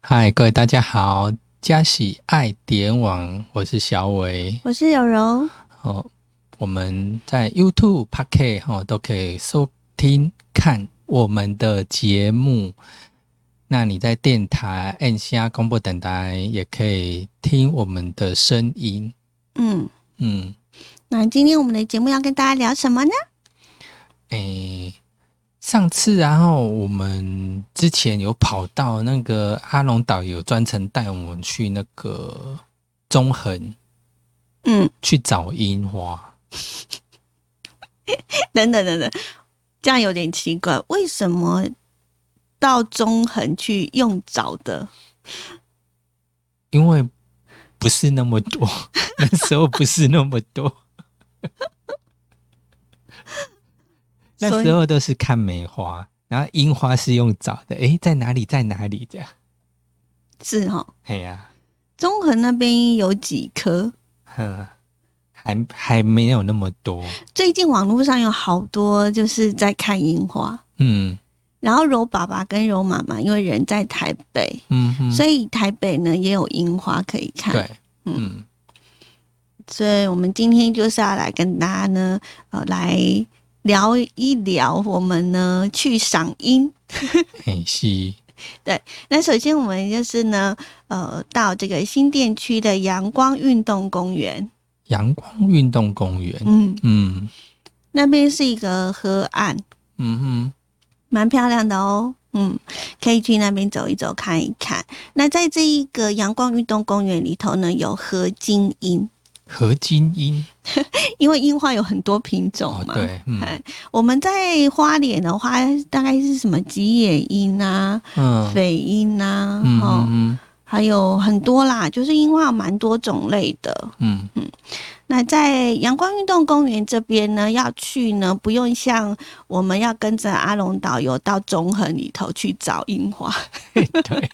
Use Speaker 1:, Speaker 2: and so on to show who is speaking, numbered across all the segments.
Speaker 1: 嗨，各位大家好，加喜爱点网，我是小伟。
Speaker 2: 我是有柔，
Speaker 1: 哦，我们在 YouTube、Pocket 哦都可以收听看我们的节目。那你在电台、按下广播等台也可以听我们的声音。
Speaker 2: 嗯，
Speaker 1: 嗯，
Speaker 2: 那今天我们的节目要跟大家聊什么呢？
Speaker 1: 诶，上次然后我们之前有跑到那个阿龙导游专程带我们去那个中横
Speaker 2: 嗯，
Speaker 1: 去找樱花。
Speaker 2: 等等等等，这样有点奇怪，为什么到中横去用找的？
Speaker 1: 因为不是那么 多，那时候不是那么多，
Speaker 2: 所
Speaker 1: 那
Speaker 2: 以
Speaker 1: 时候都是看梅花，然后樱花是用找的，诶，在哪里，在哪里这样，
Speaker 2: 是哈、
Speaker 1: 嘿呀、
Speaker 2: 中横那边有几棵？
Speaker 1: 哼，还还没有那么多，
Speaker 2: 最近网络上有好多就是在看樱花，
Speaker 1: 嗯
Speaker 2: 然后柔爸爸跟柔妈妈因为人在台北，
Speaker 1: 嗯哼，
Speaker 2: 所以台北呢也有樱花可以啊看。
Speaker 1: 对，嗯
Speaker 2: 所以我们今天就是要来跟大家呢，呃，来聊一聊我们呢去赏樱。
Speaker 1: 很哎是，
Speaker 2: 那首先我们就是呢，呃，到这个新店区的阳光运动公园，
Speaker 1: 阳光运动公园，
Speaker 2: 嗯，
Speaker 1: 嗯
Speaker 2: 那边是一个河岸，
Speaker 1: 嗯哼，
Speaker 2: 蛮漂亮的哦。嗯，可以去那边走一走，看一看。那在这一个阳光运动公园里头呢，有合金樱，
Speaker 1: 合金樱，
Speaker 2: 因为樱花有很多品种
Speaker 1: 哦
Speaker 2: 嘛。
Speaker 1: 对，嗯
Speaker 2: 哎，我们在花莲的话，大概是什么吉野樱啊、
Speaker 1: 嗯
Speaker 2: 斐樱啊，
Speaker 1: 嗯
Speaker 2: 哦，
Speaker 1: 嗯
Speaker 2: 还有很多啦，就是樱花有蛮多种类的。
Speaker 1: 嗯
Speaker 2: 那在阳光运动公园这边呢，要去呢，不用像我们要跟着阿龙导游到中横里头去找樱花，
Speaker 1: 嗯， 对。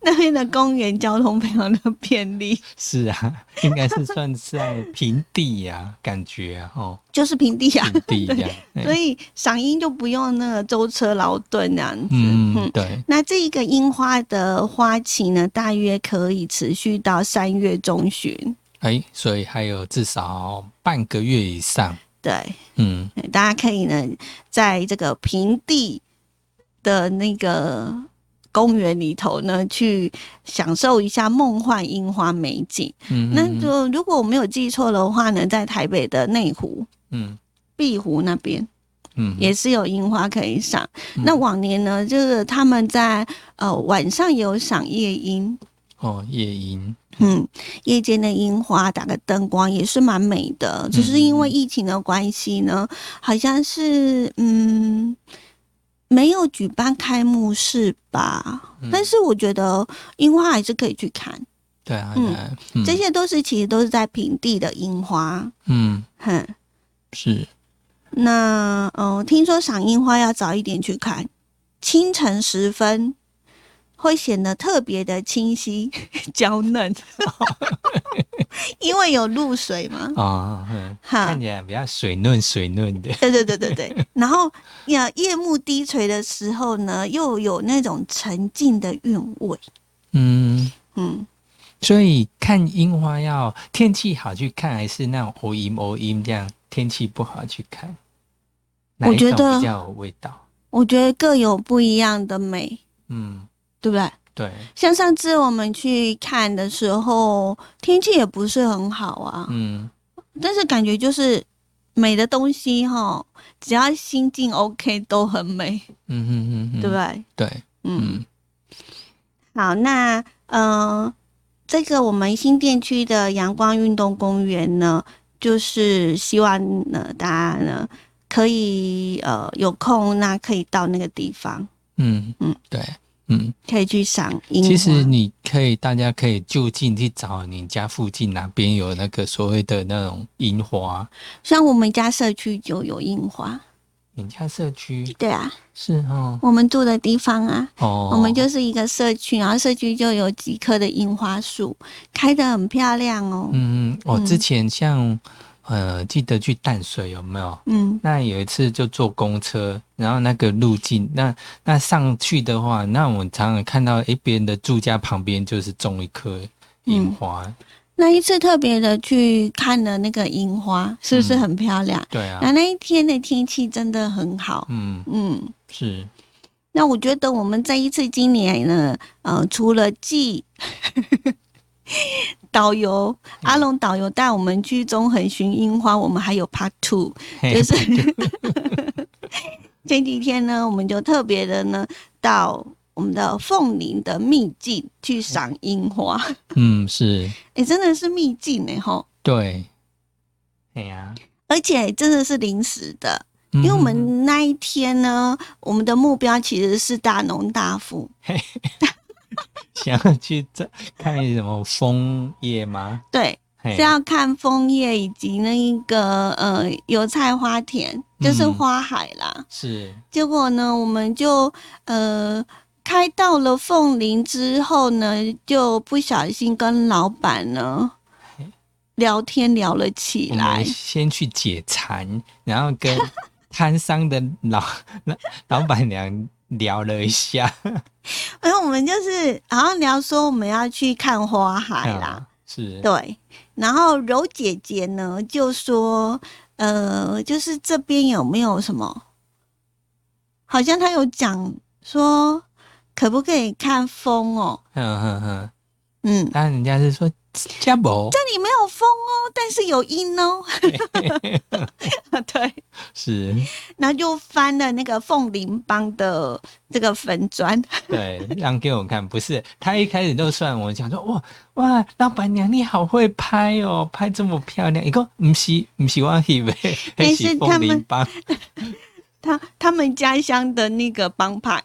Speaker 2: 那边的公园交通非常的便利，
Speaker 1: 是啊，应该是算在平地呀、感觉啊， 哦，
Speaker 2: 就是平地啊，
Speaker 1: 平地哎呀、
Speaker 2: 所
Speaker 1: 对，
Speaker 2: 以赏樱就不用那个舟车劳顿那样子。
Speaker 1: 嗯，对，
Speaker 2: 那这一个樱花的花期呢，大约可以持续到三月中旬。
Speaker 1: 哎，所以还有至少半个月以上，
Speaker 2: 对，
Speaker 1: 嗯，
Speaker 2: 大家可以呢，在这个平地的那个公园里头呢，去享受一下梦幻樱花美景。
Speaker 1: 嗯
Speaker 2: 那就如果我没有记错的话呢，在台北的内湖。
Speaker 1: 嗯
Speaker 2: 碧湖那边
Speaker 1: 嗯
Speaker 2: 也是有樱花可以赏。
Speaker 1: 嗯
Speaker 2: 那往年呢，就是他们在呃晚上也有赏夜樱，
Speaker 1: 哦，夜莺，
Speaker 2: 嗯，夜间的樱花打个灯光也是蛮美的，只是因为
Speaker 1: 嗯
Speaker 2: 疫情的关系呢，好像是嗯没有举办开幕式吧。
Speaker 1: 嗯
Speaker 2: 但是我觉得樱花还是可以去看，
Speaker 1: 对啊，
Speaker 2: 嗯
Speaker 1: 对啊嗯，
Speaker 2: 这些都是其实都是在平地的樱花。
Speaker 1: 嗯
Speaker 2: 哼，
Speaker 1: 是
Speaker 2: 那哦、呃听说赏樱花要早一点去看，清晨时分会显得特别的清晰、 娇嫩， 因为有露水嘛。
Speaker 1: 啊、嗯，
Speaker 2: 哈
Speaker 1: 看，起来比较水嫩水嫩的，
Speaker 2: 对对对 对对。然后呀，夜幕低垂的时候呢，又有那种沉静的韵味。
Speaker 1: 嗯，
Speaker 2: 嗯，
Speaker 1: 所以看樱花要天气好去看，还是那种哦阴哦阴这样，天气不好去看，哪
Speaker 2: 我
Speaker 1: 一
Speaker 2: 觉
Speaker 1: 种
Speaker 2: 得
Speaker 1: 比较有味道？
Speaker 2: 我觉得各有不一样的美，
Speaker 1: 嗯，
Speaker 2: 对不对？
Speaker 1: 对，
Speaker 2: 像上次我们去看的时候，天气也不是很好啊，
Speaker 1: 嗯。
Speaker 2: 但是感觉就是美的东西哈，只要心境 OK 都很美，
Speaker 1: 嗯哼哼哼，
Speaker 2: 对不对？
Speaker 1: 对，
Speaker 2: 嗯，
Speaker 1: 嗯
Speaker 2: 好，那嗯、呃这个我们新店区的阳光运动公园呢，就是希望呢大家呢可以呃有空，那可以到那个地方，
Speaker 1: 嗯嗯
Speaker 2: 嗯，
Speaker 1: 对，嗯，
Speaker 2: 可以去赏樱花。
Speaker 1: 其实你可以，大家可以就近去找你家附近哪边有那个所谓的那种樱花，
Speaker 2: 像我们家社区就有樱花，
Speaker 1: 你家社区
Speaker 2: 对啊，
Speaker 1: 是哦，
Speaker 2: 我们住的地方啊，
Speaker 1: 哦，
Speaker 2: 我们就是一个社区，然后社区就有
Speaker 1: 嗯
Speaker 2: 几棵的樱花树，开得很漂亮哦。
Speaker 1: 嗯，我之前像呃，记得去淡水有没有？
Speaker 2: 嗯
Speaker 1: 那有一次就坐公车，然后那个路径，那那上去的话，那我常常看到，诶，别人的住家旁边就是种一棵樱花，
Speaker 2: 嗯那一次特别的去看了那个樱花，是不是
Speaker 1: 嗯
Speaker 2: 很漂亮？
Speaker 1: 对
Speaker 2: 那、
Speaker 1: 啊，
Speaker 2: 那一天的天气真的很好，
Speaker 1: 嗯，
Speaker 2: 嗯。
Speaker 1: 是，
Speaker 2: 那我觉得我们这一次今年呢，呃，除了记 导游阿龙导游带我们去中横寻樱花，我们还有 Part Two，
Speaker 1: 嘿
Speaker 2: 就是前几天呢，我们就特别的呢到我们的凤林的秘境去赏樱花，
Speaker 1: 嗯，是
Speaker 2: 哎、真的是秘境哎、吼，
Speaker 1: 对，哎呀、
Speaker 2: 而且真的是临时的，
Speaker 1: 嗯
Speaker 2: 因为我们那一天呢，我们的目标其实是大农大富，
Speaker 1: 想要去这看什么枫叶吗？
Speaker 2: 对，
Speaker 1: 嘿
Speaker 2: 是啊要看枫叶以及那一个呃油菜花田，就是
Speaker 1: 嗯
Speaker 2: 花海啦。
Speaker 1: 是，
Speaker 2: 结果呢，我们就呃开到了凤林之后呢，就不小心跟老板呢
Speaker 1: 嘿
Speaker 2: 聊天聊了起
Speaker 1: 我们
Speaker 2: 来。
Speaker 1: 先去解馋，然后跟 摊商的老老老板娘聊了一下，
Speaker 2: 然哎后我们就是好像聊说我们要去看花海啦，
Speaker 1: 啊是，
Speaker 2: 对。然后柔姐姐呢就说，呃，就是这边有没有什么？好像她有讲说，可不可以看风哦？
Speaker 1: 哼哼哼，
Speaker 2: 嗯，
Speaker 1: 当然嗯人家是说加博，
Speaker 2: 这里没有风哦，但是有阴哦。 对，
Speaker 1: 是，
Speaker 2: 然后就翻了那个凤林帮的这个粉砖，
Speaker 1: 对，让给我看，不是他一开始就算我讲说，哇哇，老板娘你好会拍哦，拍这么漂亮，一个不是不是我以为，
Speaker 2: 但是
Speaker 1: 是
Speaker 2: 他
Speaker 1: 风
Speaker 2: 们
Speaker 1: 铃帮，
Speaker 2: 他他们家乡的那个帮派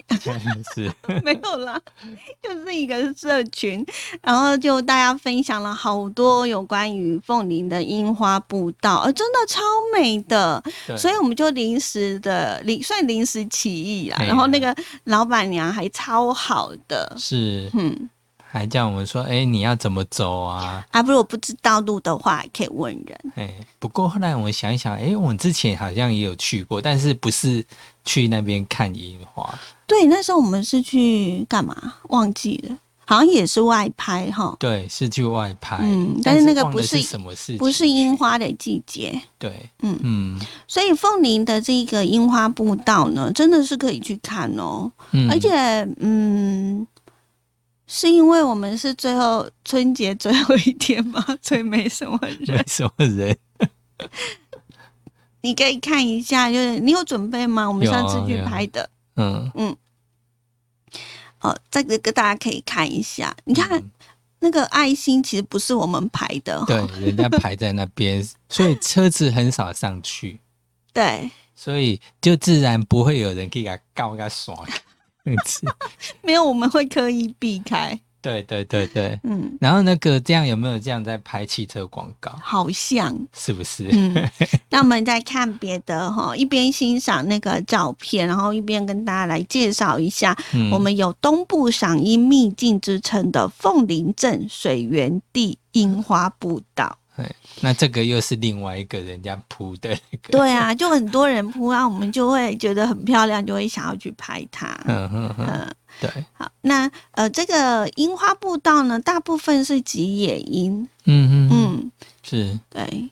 Speaker 1: 是，
Speaker 2: 没有啦，就是一个社群，然后就大家分享了好多有关于凤林的樱花步道，呃，真的超美的，
Speaker 1: 对
Speaker 2: 所以我们就临时的临算临时起意啊，
Speaker 1: 哎呀
Speaker 2: 然后那个老板娘还超好的，
Speaker 1: 是
Speaker 2: 嗯。
Speaker 1: 还叫我们说，哎、你要怎么走 啊？
Speaker 2: 啊，不如果不知道路的话，可以问人。
Speaker 1: 哎、不过后来我想一想，哎、我们之前好像也有去过，但是不是去那边看樱花？
Speaker 2: 对，那时候我们是去干嘛？忘记了，好像也是外拍哈，
Speaker 1: 对，是去外拍。
Speaker 2: 嗯但
Speaker 1: 但
Speaker 2: 是那个
Speaker 1: 忘了
Speaker 2: 不是
Speaker 1: 是什么事情，
Speaker 2: 不是樱花的季节。
Speaker 1: 对，
Speaker 2: 嗯
Speaker 1: 嗯
Speaker 2: 所以凤林的这个樱花步道呢，真的是可以去看哦。
Speaker 1: 嗯，
Speaker 2: 而且，嗯，是因为我们是最后春节最后一天嘛，所以没什么人
Speaker 1: 没。 什么人。
Speaker 2: 你可以看一下，就是你有准备吗？我们
Speaker 1: 有
Speaker 2: 上次
Speaker 1: 啊
Speaker 2: 去
Speaker 1: 有啊
Speaker 2: 拍的，
Speaker 1: 嗯，
Speaker 2: 哦，这个大家可以看一下。你看，
Speaker 1: 嗯
Speaker 2: 那个爱心其实不是我们排的，
Speaker 1: 对，人家排在那边， 所以车子很少上去，
Speaker 2: 对，
Speaker 1: 所以就自然不会有人给他告他耍。嗯是
Speaker 2: 没有我们会刻意避开，
Speaker 1: 对对对对。
Speaker 2: 嗯，
Speaker 1: 然后那个这样有没有这样在拍汽车广告？
Speaker 2: 好像，
Speaker 1: 是不是？
Speaker 2: 嗯，那我们再看别的哈，一边欣赏那个照片，然后一边跟大家来介绍一下，
Speaker 1: 嗯
Speaker 2: 我们有东部赏樱秘境之称的凤林镇水源地樱花步道。
Speaker 1: 那这个又是另外一个人家铺的那个，
Speaker 2: 对啊，就很多人扑啊，我们就会觉得很漂亮，就会想要去拍它。
Speaker 1: 嗯哼哼，
Speaker 2: 嗯，
Speaker 1: 对，
Speaker 2: 好，那呃，这个樱花步道呢，大部分是集野樱，
Speaker 1: 嗯嗯嗯，
Speaker 2: 嗯，
Speaker 1: 是。
Speaker 2: 对，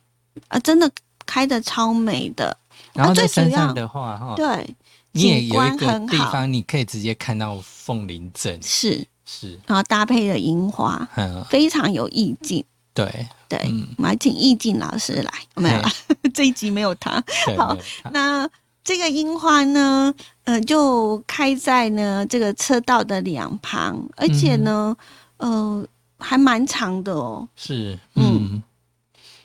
Speaker 2: 啊，真的开的超美的，
Speaker 1: 然后
Speaker 2: 啊
Speaker 1: 在
Speaker 2: 最主
Speaker 1: 山
Speaker 2: 要
Speaker 1: 上的话，哈、
Speaker 2: 对，
Speaker 1: 你也有一
Speaker 2: 景
Speaker 1: 个
Speaker 2: 观很
Speaker 1: 地
Speaker 2: 好
Speaker 1: 方，你可以直接看到凤林镇，
Speaker 2: 是，
Speaker 1: 是，
Speaker 2: 然后搭配了樱花，
Speaker 1: 嗯，
Speaker 2: 非常有意境。
Speaker 1: 对，
Speaker 2: 对，
Speaker 1: 嗯
Speaker 2: 我们要请意境老师来，没有啦， 这一集没有他。
Speaker 1: 对，
Speaker 2: 好
Speaker 1: 没有它
Speaker 2: 那这个樱花呢，呃，就开在呢这个车道的两旁，而且呢，
Speaker 1: 嗯
Speaker 2: 呃，还蛮长的哦。
Speaker 1: 是，
Speaker 2: 嗯
Speaker 1: 嗯。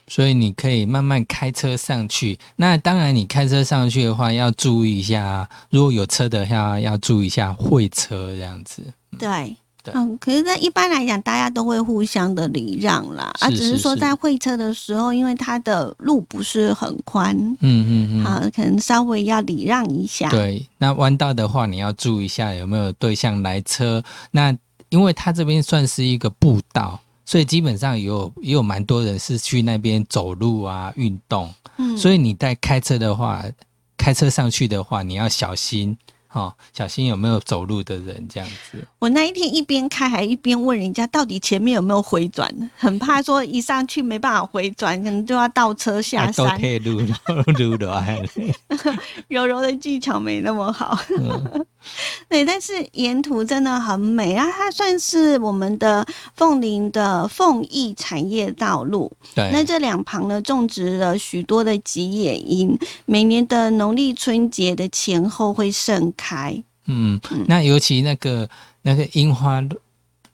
Speaker 1: 所以你可以慢慢开车上去。那当然，你开车上去的话，要注意一下，如果有车的话，要注意一下会车这样子。
Speaker 2: 对。
Speaker 1: 对
Speaker 2: 嗯，可是，那一般来讲，大家都会互相的礼让啦。啊，
Speaker 1: 是
Speaker 2: 只是
Speaker 1: 是
Speaker 2: 说
Speaker 1: 是
Speaker 2: 在会车的时候，因为它的路不是很宽，
Speaker 1: 嗯嗯嗯，
Speaker 2: 啊，可能稍微要礼让一下。，
Speaker 1: 对。那弯道的话，你要注意一下有没有对向来车。那因为它这边算是一个步道，所以基本上也有也有蛮多人是去那边走路啊、运动。
Speaker 2: 嗯，
Speaker 1: 所
Speaker 2: 以
Speaker 1: 以你在开车的话，开车上去的话，你要小心哦，小心有没有走路的人这样子。
Speaker 2: 我那一天一边开还一边问人家到底前面有没有回转， 很怕说一上去没办法回转，可能就要哎倒车下
Speaker 1: 啊都
Speaker 2: 山
Speaker 1: 可。以撸撸的啊。
Speaker 2: 柔柔的技巧没那么好。
Speaker 1: 嗯
Speaker 2: 对，但是沿途真的很美啊，它算是我们的凤林的凤翼产业道路。那
Speaker 1: 对，
Speaker 2: 这两旁呢，种植了许多的吉野樱，每年的农历春节的前后会盛开。
Speaker 1: 嗯，那尤其那个那个樱花落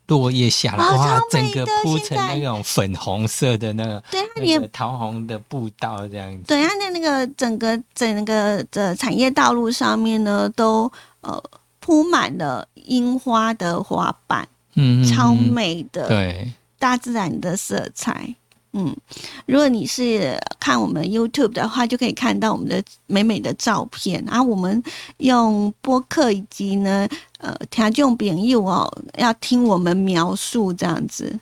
Speaker 1: 落叶下来，
Speaker 2: 哦
Speaker 1: 哇
Speaker 2: 超，
Speaker 1: 整
Speaker 2: 美
Speaker 1: 个
Speaker 2: 的
Speaker 1: 铺
Speaker 2: 现
Speaker 1: 成
Speaker 2: 在
Speaker 1: 那种粉红色的那个
Speaker 2: 哎对，它
Speaker 1: 那
Speaker 2: 连
Speaker 1: 个桃红的步道这样子。
Speaker 2: 对它的那个整个整个的产业道路上面呢，都呃铺满了樱花的花瓣，
Speaker 1: 嗯，嗯
Speaker 2: 超。
Speaker 1: 嗯
Speaker 2: 美的。
Speaker 1: 对，
Speaker 2: 大自然的色彩。嗯，如果你是看我们 YouTube 的话，就可以看到我们的美美的照片。然、后我们用播客以及呢，呃，听众朋友哦，要听我们描述这样子。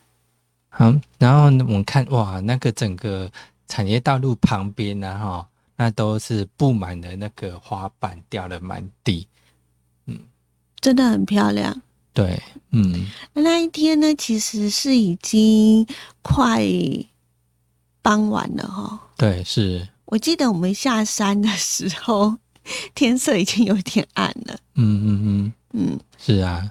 Speaker 1: 好，然后呢我们看哇，那个整个产业道路旁边呢，哈，那都是布满了那个花瓣，掉了满地。
Speaker 2: 真的很漂亮。
Speaker 1: 对，嗯，
Speaker 2: 那一天呢，其实是已经快傍晚了哈、哦。
Speaker 1: 对，是，
Speaker 2: 我记得我们下山的时候，天色已经有点暗了。
Speaker 1: 嗯嗯嗯，
Speaker 2: 嗯，
Speaker 1: 是啊，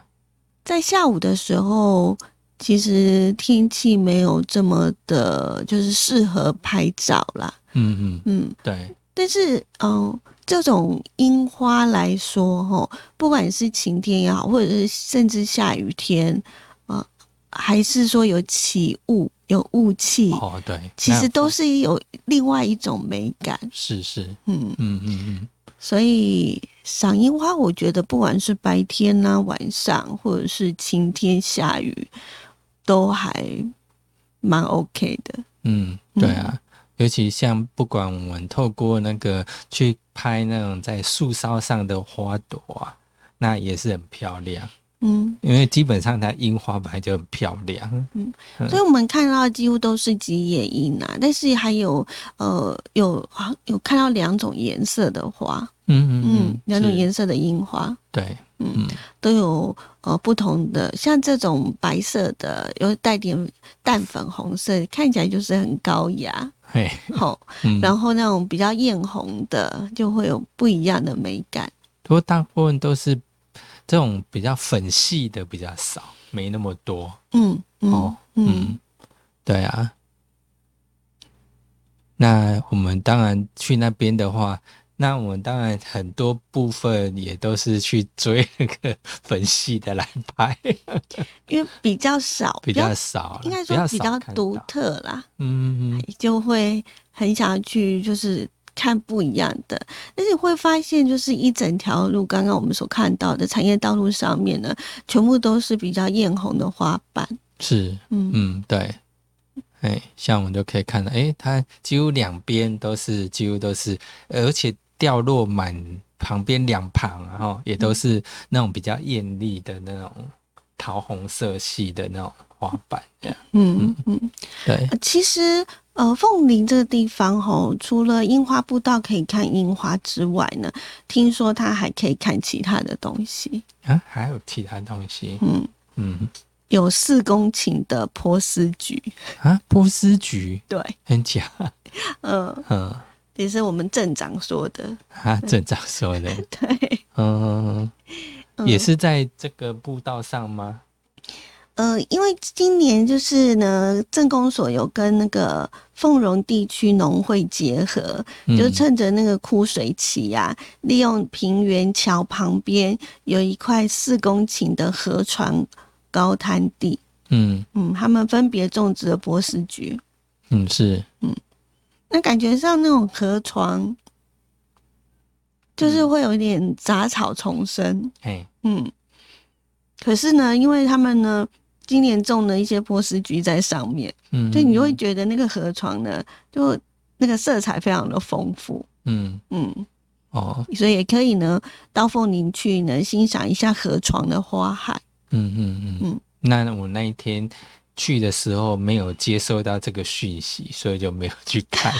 Speaker 2: 在下午的时候，其实天气没有这么的，就是适合拍照啦。
Speaker 1: 嗯嗯，
Speaker 2: 嗯，
Speaker 1: 对，
Speaker 2: 但是嗯、这种樱花来说，吼，不管是晴天也好，或者是甚至下雨天，呃，还是说有起雾、有雾气，
Speaker 1: 哦，对，
Speaker 2: 嗯其实
Speaker 1: 那
Speaker 2: 都是有另外一种美感。
Speaker 1: 是是，
Speaker 2: 嗯，
Speaker 1: 嗯嗯嗯，
Speaker 2: 所以赏樱花，我觉得不管是白天呐、晚上或者是晴天下雨，都还蛮 OK 的。
Speaker 1: 嗯，对啊，尤其像不管我们透过那个去拍那种在树梢上的花朵啊，那也是很漂亮，
Speaker 2: 嗯，
Speaker 1: 因为基本上它樱花本来就很漂亮。嗯
Speaker 2: 所以我们看到几乎都是吉野樱啊，但是还有呃有啊有看到两种颜色的花，
Speaker 1: 嗯
Speaker 2: 嗯，两种
Speaker 1: 是
Speaker 2: 颜色的樱花
Speaker 1: 对，
Speaker 2: 嗯
Speaker 1: 嗯
Speaker 2: 都有呃不同的，像这种白色的有带点淡粉红色，看起来就是很高雅，
Speaker 1: 嘿，
Speaker 2: 吼、
Speaker 1: 嗯，
Speaker 2: 然后那种比较艳红的，就会有不一样的美感。
Speaker 1: 不过大部分都是这种比较粉系的比较少，没那么多。
Speaker 2: 嗯嗯、
Speaker 1: 哦
Speaker 2: 嗯，
Speaker 1: 嗯，对啊。那我们当然去那边的话，那我们当然很多部分也都是去追那个粉系的来拍，
Speaker 2: 因为比较少，
Speaker 1: 比较少啦，
Speaker 2: 应该说比
Speaker 1: 少
Speaker 2: 较
Speaker 1: 看
Speaker 2: 独
Speaker 1: 到
Speaker 2: 特啦，
Speaker 1: 嗯，嗯嗯
Speaker 2: 就会很想去就是看不一样的。但是会发现，就是一整条路，刚刚我们所看到的产业道路上面呢，全部都是比较艳红的花瓣。
Speaker 1: 是，
Speaker 2: 嗯，
Speaker 1: 嗯，对。哎，像我们就可以看到，哎，它几乎两边都是，几乎都是，而且掉落满旁边两旁啊，然后也都是那种比较艳丽的那种桃红色系的那种花瓣，这样
Speaker 2: 嗯嗯。
Speaker 1: 对，
Speaker 2: 呃其实，呃，凤林这个地方吼、除了樱花步道可以看樱花之外呢，听说它还可以看其他的东西。
Speaker 1: 啊，还有其他东西，
Speaker 2: 嗯，
Speaker 1: 嗯，
Speaker 2: 有四公顷的波斯菊，
Speaker 1: 啊，波斯菊
Speaker 2: 对，
Speaker 1: 很假，
Speaker 2: 呃，
Speaker 1: 嗯，
Speaker 2: 也是我们镇长说的，
Speaker 1: 啊，镇长说的，
Speaker 2: 对，
Speaker 1: 嗯，
Speaker 2: 嗯
Speaker 1: 也，是在这个步道上吗？
Speaker 2: 呃，因为今年就是呢，镇公所有跟那个凤荣地区农会结合，就
Speaker 1: 嗯
Speaker 2: 趁着那个枯水期呀、利用平原桥旁边有一块四公顷的河床高滩地，
Speaker 1: 嗯
Speaker 2: 嗯，他们分别种植了波斯菊。
Speaker 1: 嗯是，
Speaker 2: 那感觉上那种河床，就是会有一点杂草丛生，
Speaker 1: 哎，
Speaker 2: 嗯。可是呢，因为他们呢今年种了一些波斯菊在上面，
Speaker 1: 嗯，
Speaker 2: 所以你会觉得那个河床呢，就那个色彩非常的丰富，
Speaker 1: 嗯，
Speaker 2: 嗯。
Speaker 1: 哦，
Speaker 2: 所以也可以呢，到凤林去呢欣赏一下河床的花海。
Speaker 1: 嗯嗯嗯
Speaker 2: 嗯
Speaker 1: 那我那一天去的时候没有接收到这个讯息，所以就没有去 看。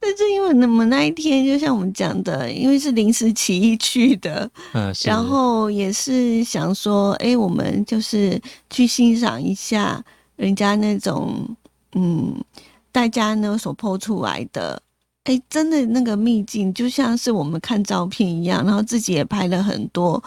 Speaker 2: 但是因为我们那一天，就像我们讲的，因为是临时起意去的，
Speaker 1: 嗯，是
Speaker 2: 然后也是想说，哎、我们就是去欣赏一下人家那种，嗯，大家呢所剖出来的，哎、真的那个秘境，就像是我们看照片一样，然后自己也拍了很多，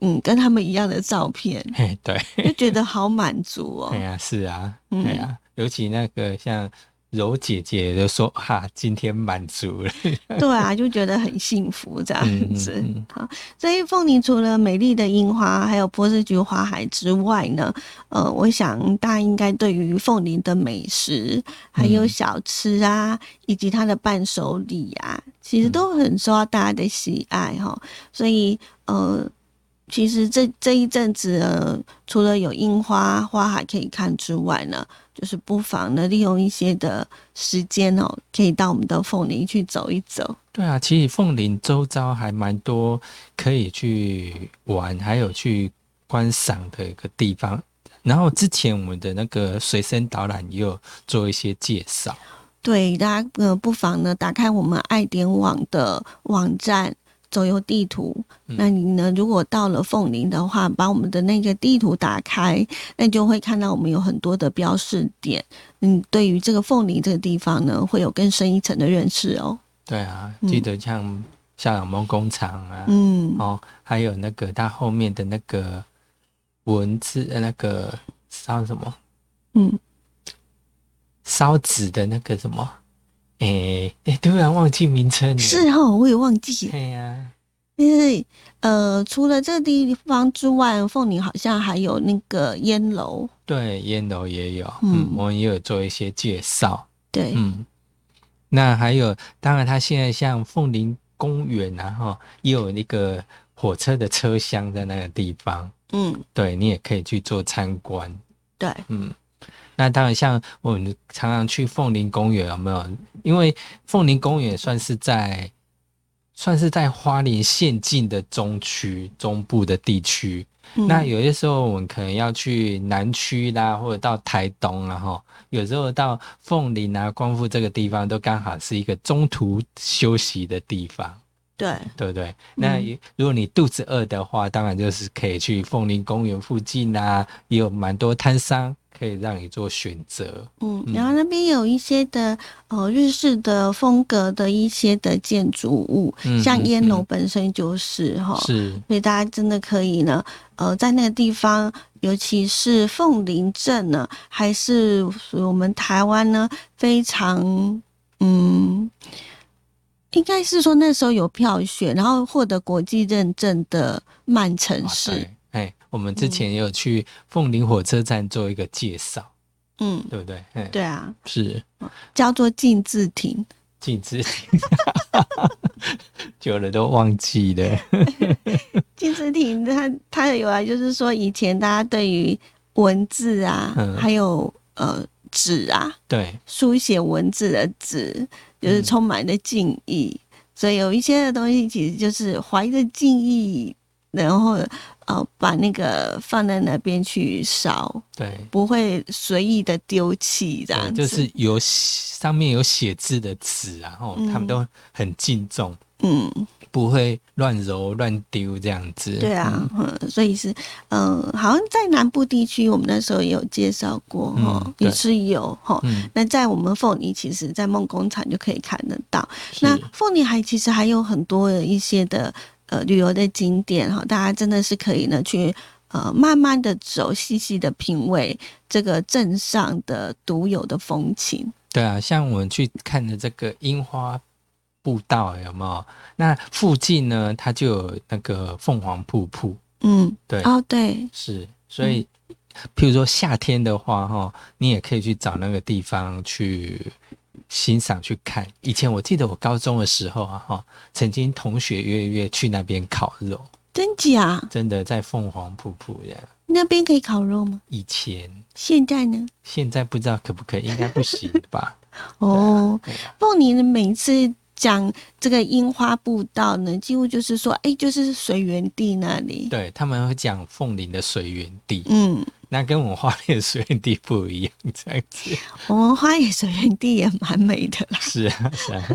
Speaker 2: 嗯，跟他们一样的照片，
Speaker 1: 嘿，对，
Speaker 2: 就觉得好满足哦、
Speaker 1: 哎呀，是啊，
Speaker 2: 嗯
Speaker 1: 哎呀，尤其那个像柔姐姐都说啊，今天满 足了，
Speaker 2: 对啊，就觉得很幸福这样子。
Speaker 1: 嗯嗯嗯
Speaker 2: 好，所以凤梨除了美丽的樱花，还有波斯菊花海之外呢，呃，我想大家应该对于凤梨的美食，还有
Speaker 1: 嗯
Speaker 2: 小吃啊，以及它的伴手礼啊，其实
Speaker 1: 嗯
Speaker 2: 都很受到大家的喜爱哈。所以呃，其实这这一阵子呃，除了有樱花花海可以看之外呢，就是不妨呢利用一些的时间哦，可以到我们的凤林去走一走。
Speaker 1: 对啊，其实凤林周遭还蛮多可以去玩，还有去观赏的一个地方。然后之前我们的那个随身导览也有做一些介绍，
Speaker 2: 对，大家呃不妨呢打开我们爱点网的网站。走游地图，
Speaker 1: 嗯
Speaker 2: 那你呢？如果到了凤林的话，把我们的那个地图打开，那你就会看到我们有很多的标示点。嗯，对于这个凤林这个地方呢，会有更深一层的认识哦。
Speaker 1: 对啊，
Speaker 2: 嗯
Speaker 1: 记得像夏朗梦工厂啊，
Speaker 2: 嗯，
Speaker 1: 哦，还有那个它后面的那个文字，呃那个烧什么？
Speaker 2: 嗯，
Speaker 1: 烧纸的那个什么？哎、哎、突然忘记名称了。
Speaker 2: 是哦，我也忘记了。
Speaker 1: 对呀、
Speaker 2: 但是呃，除了这地方之外，凤林好像还有那个烟楼，
Speaker 1: 对，烟楼也有，
Speaker 2: 嗯
Speaker 1: 嗯，我们也有做一些介绍，
Speaker 2: 对，
Speaker 1: 嗯。那还有，当然，它现在像凤林公园啊，哈，也有那个火车的车厢在那个地方，
Speaker 2: 嗯，
Speaker 1: 对你也可以去做参观。
Speaker 2: 对，
Speaker 1: 嗯，那当然，像我们常常去凤林公园，有没有？因为凤林公园算是在算是在花莲县境的中区中部的地区。
Speaker 2: 嗯
Speaker 1: 那有些时候我们可能要去南区啦，或者到台东啦，哈，有时候到凤林啊、光复这个地方，都刚好是一个中途休息的地方。
Speaker 2: 对，
Speaker 1: 对不对？那
Speaker 2: 嗯
Speaker 1: 也如果你肚子饿的话，当然就是可以去凤林公园附近啊，也有蛮多摊商可以让你做选择。
Speaker 2: 嗯，
Speaker 1: 嗯
Speaker 2: 然后那边有一些的呃日式的风格的一些的建筑物，
Speaker 1: 嗯
Speaker 2: 像
Speaker 1: 嗯
Speaker 2: 烟楼
Speaker 1: 嗯
Speaker 2: 本身就是哈，
Speaker 1: 是，
Speaker 2: 所以大家真的可以呢，呃，在那个地方，尤其是凤林镇呢，还是属于我们台湾呢非常嗯。应该是说那时候有票选，然后获得国际认证的慢城
Speaker 1: 哇
Speaker 2: 市，
Speaker 1: 对哎，我们之前也有去凤林火车站做一个介绍，
Speaker 2: 嗯，
Speaker 1: 对不对？哎，
Speaker 2: 对啊，
Speaker 1: 是
Speaker 2: 叫做禁字亭，
Speaker 1: 禁止， 久了都忘记了。
Speaker 2: 禁字亭它它的由来就是说，以前大家对于文字啊，
Speaker 1: 嗯
Speaker 2: 还有呃纸啊，
Speaker 1: 对，
Speaker 2: 书写文字的纸，就是
Speaker 1: 嗯
Speaker 2: 充满了敬意，所以有一些的东西其实就是怀着敬意，然后呃把那个放在那边去烧，
Speaker 1: 对。
Speaker 2: 不会随意的丢弃这
Speaker 1: 对
Speaker 2: 样子，
Speaker 1: 就是有写上面有写字的纸啊，然后他
Speaker 2: 嗯
Speaker 1: 们都很敬重，
Speaker 2: 嗯。
Speaker 1: 不会乱揉乱丢这样子。
Speaker 2: 对啊
Speaker 1: 嗯，
Speaker 2: 嗯，所以是，嗯、好像在南部地区，我们那时候也有介绍过哈，
Speaker 1: 嗯
Speaker 2: 也
Speaker 1: 对
Speaker 2: 是有哈。
Speaker 1: 嗯，
Speaker 2: 那在我们凤梨，其实，在梦工厂就可以看得到。
Speaker 1: 是
Speaker 2: 那凤梨还其实还有很多的一些的呃旅游的景点哈，大家真的是可以呢去呃慢慢的走，细细的品味这个镇上的独有的风情。
Speaker 1: 对啊，像我们去看的这个樱花步道有没有？那附近呢，它就有那个凤凰瀑布，
Speaker 2: 嗯，
Speaker 1: 对，
Speaker 2: 哦，对，
Speaker 1: 是，所以譬如说夏天的话，哈，你也可以去找那个地方去欣赏去看。以前我记得我高中的时候啊，哈，曾经同学约约去那边烤肉，
Speaker 2: 真假？
Speaker 1: 真的在凤凰瀑布的。
Speaker 2: 那边可以烤肉吗？
Speaker 1: 以前
Speaker 2: 现在呢？
Speaker 1: 现在不知道可不可以，应该不行吧？
Speaker 2: 哦
Speaker 1: 对啊，
Speaker 2: 凤梨每次讲这个樱花步道呢，几乎就是说，哎、就是水源地那里。
Speaker 1: 对他们会讲凤林的水源地，
Speaker 2: 嗯，
Speaker 1: 那跟我们花莲的水源地不一样，这样子
Speaker 2: 我们花野水源地也蛮美的啦，
Speaker 1: 是啊是啊，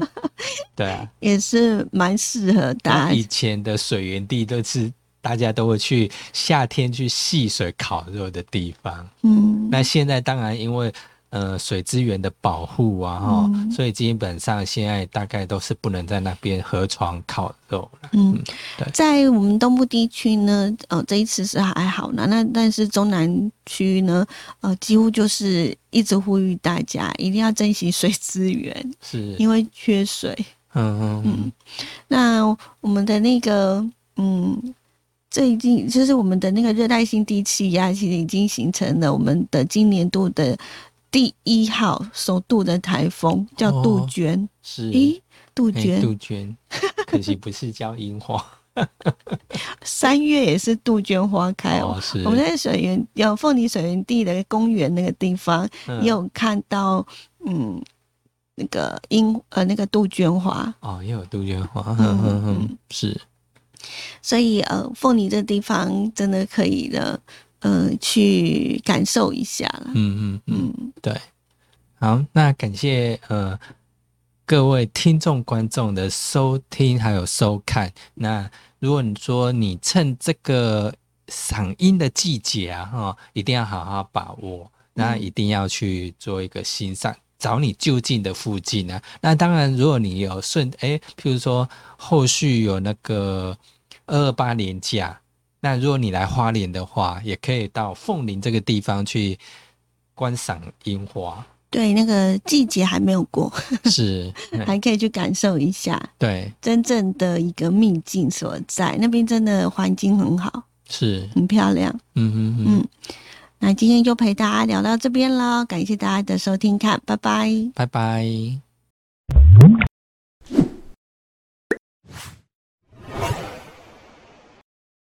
Speaker 1: 对啊。
Speaker 2: 也是蛮适合
Speaker 1: 那
Speaker 2: 大
Speaker 1: 以
Speaker 2: 家。
Speaker 1: 前的水源地都是大家都会去夏天去戏水烤肉的地方，
Speaker 2: 嗯，
Speaker 1: 那现在当然因为呃水资源的保护啊，哈、
Speaker 2: 嗯
Speaker 1: 所以基本上现在大概都是不能在那边河床烤肉了。
Speaker 2: 嗯
Speaker 1: 对，
Speaker 2: 在我们东部地区呢，呃，这一次是还好呢。那但是中南区呢，呃，几乎就是一直呼吁大家一定要珍惜水资源，
Speaker 1: 是，
Speaker 2: 因为缺水。
Speaker 1: 嗯嗯嗯，
Speaker 2: 那我们的那个，嗯，最近就是我们的那个热带性低气压，啊其实已经形成了我们的今年度的第一号首度的台风，叫杜
Speaker 1: 哦
Speaker 2: 鹃。
Speaker 1: 是。
Speaker 2: 咦，杜
Speaker 1: 哎
Speaker 2: 鹃，
Speaker 1: 杜鹃， 可惜不是叫樱花
Speaker 2: 三月也是杜鹃花开哦。
Speaker 1: 哦，是。
Speaker 2: 我们在水源有凤梨水源地的公园那个地方，
Speaker 1: 嗯
Speaker 2: 也有看到，嗯，那个樱呃那个杜鹃花，
Speaker 1: 哦，也有杜鹃花，嗯
Speaker 2: 嗯
Speaker 1: 嗯
Speaker 2: 嗯
Speaker 1: 嗯，是
Speaker 2: 所以呃凤梨这地方真的可以的，呃去感受一下啦。
Speaker 1: 嗯嗯嗯，
Speaker 2: 嗯，
Speaker 1: 对。好，那感谢呃各位听众观众的收听还有收看。那如果你说你趁这个赏樱的季节啊，哈、一定要好好把握，那
Speaker 2: 嗯
Speaker 1: 一定要去做一个欣赏。找你就近的附近啊，那当然，如果你有顺哎、譬如说后续有那个二二八年假，那如果你来花莲的话，也可以到凤林这个地方去观赏樱花。
Speaker 2: 对，那个季节还没有过，
Speaker 1: 是，嗯
Speaker 2: 还可以去感受一下
Speaker 1: 对，
Speaker 2: 真正的一个秘境所在。那边真的环境很好，
Speaker 1: 是，
Speaker 2: 很漂亮。
Speaker 1: 嗯嗯
Speaker 2: 嗯
Speaker 1: 嗯，
Speaker 2: 那今天就陪大家聊到这边了，感谢大家的收听看，拜拜。
Speaker 1: 拜拜。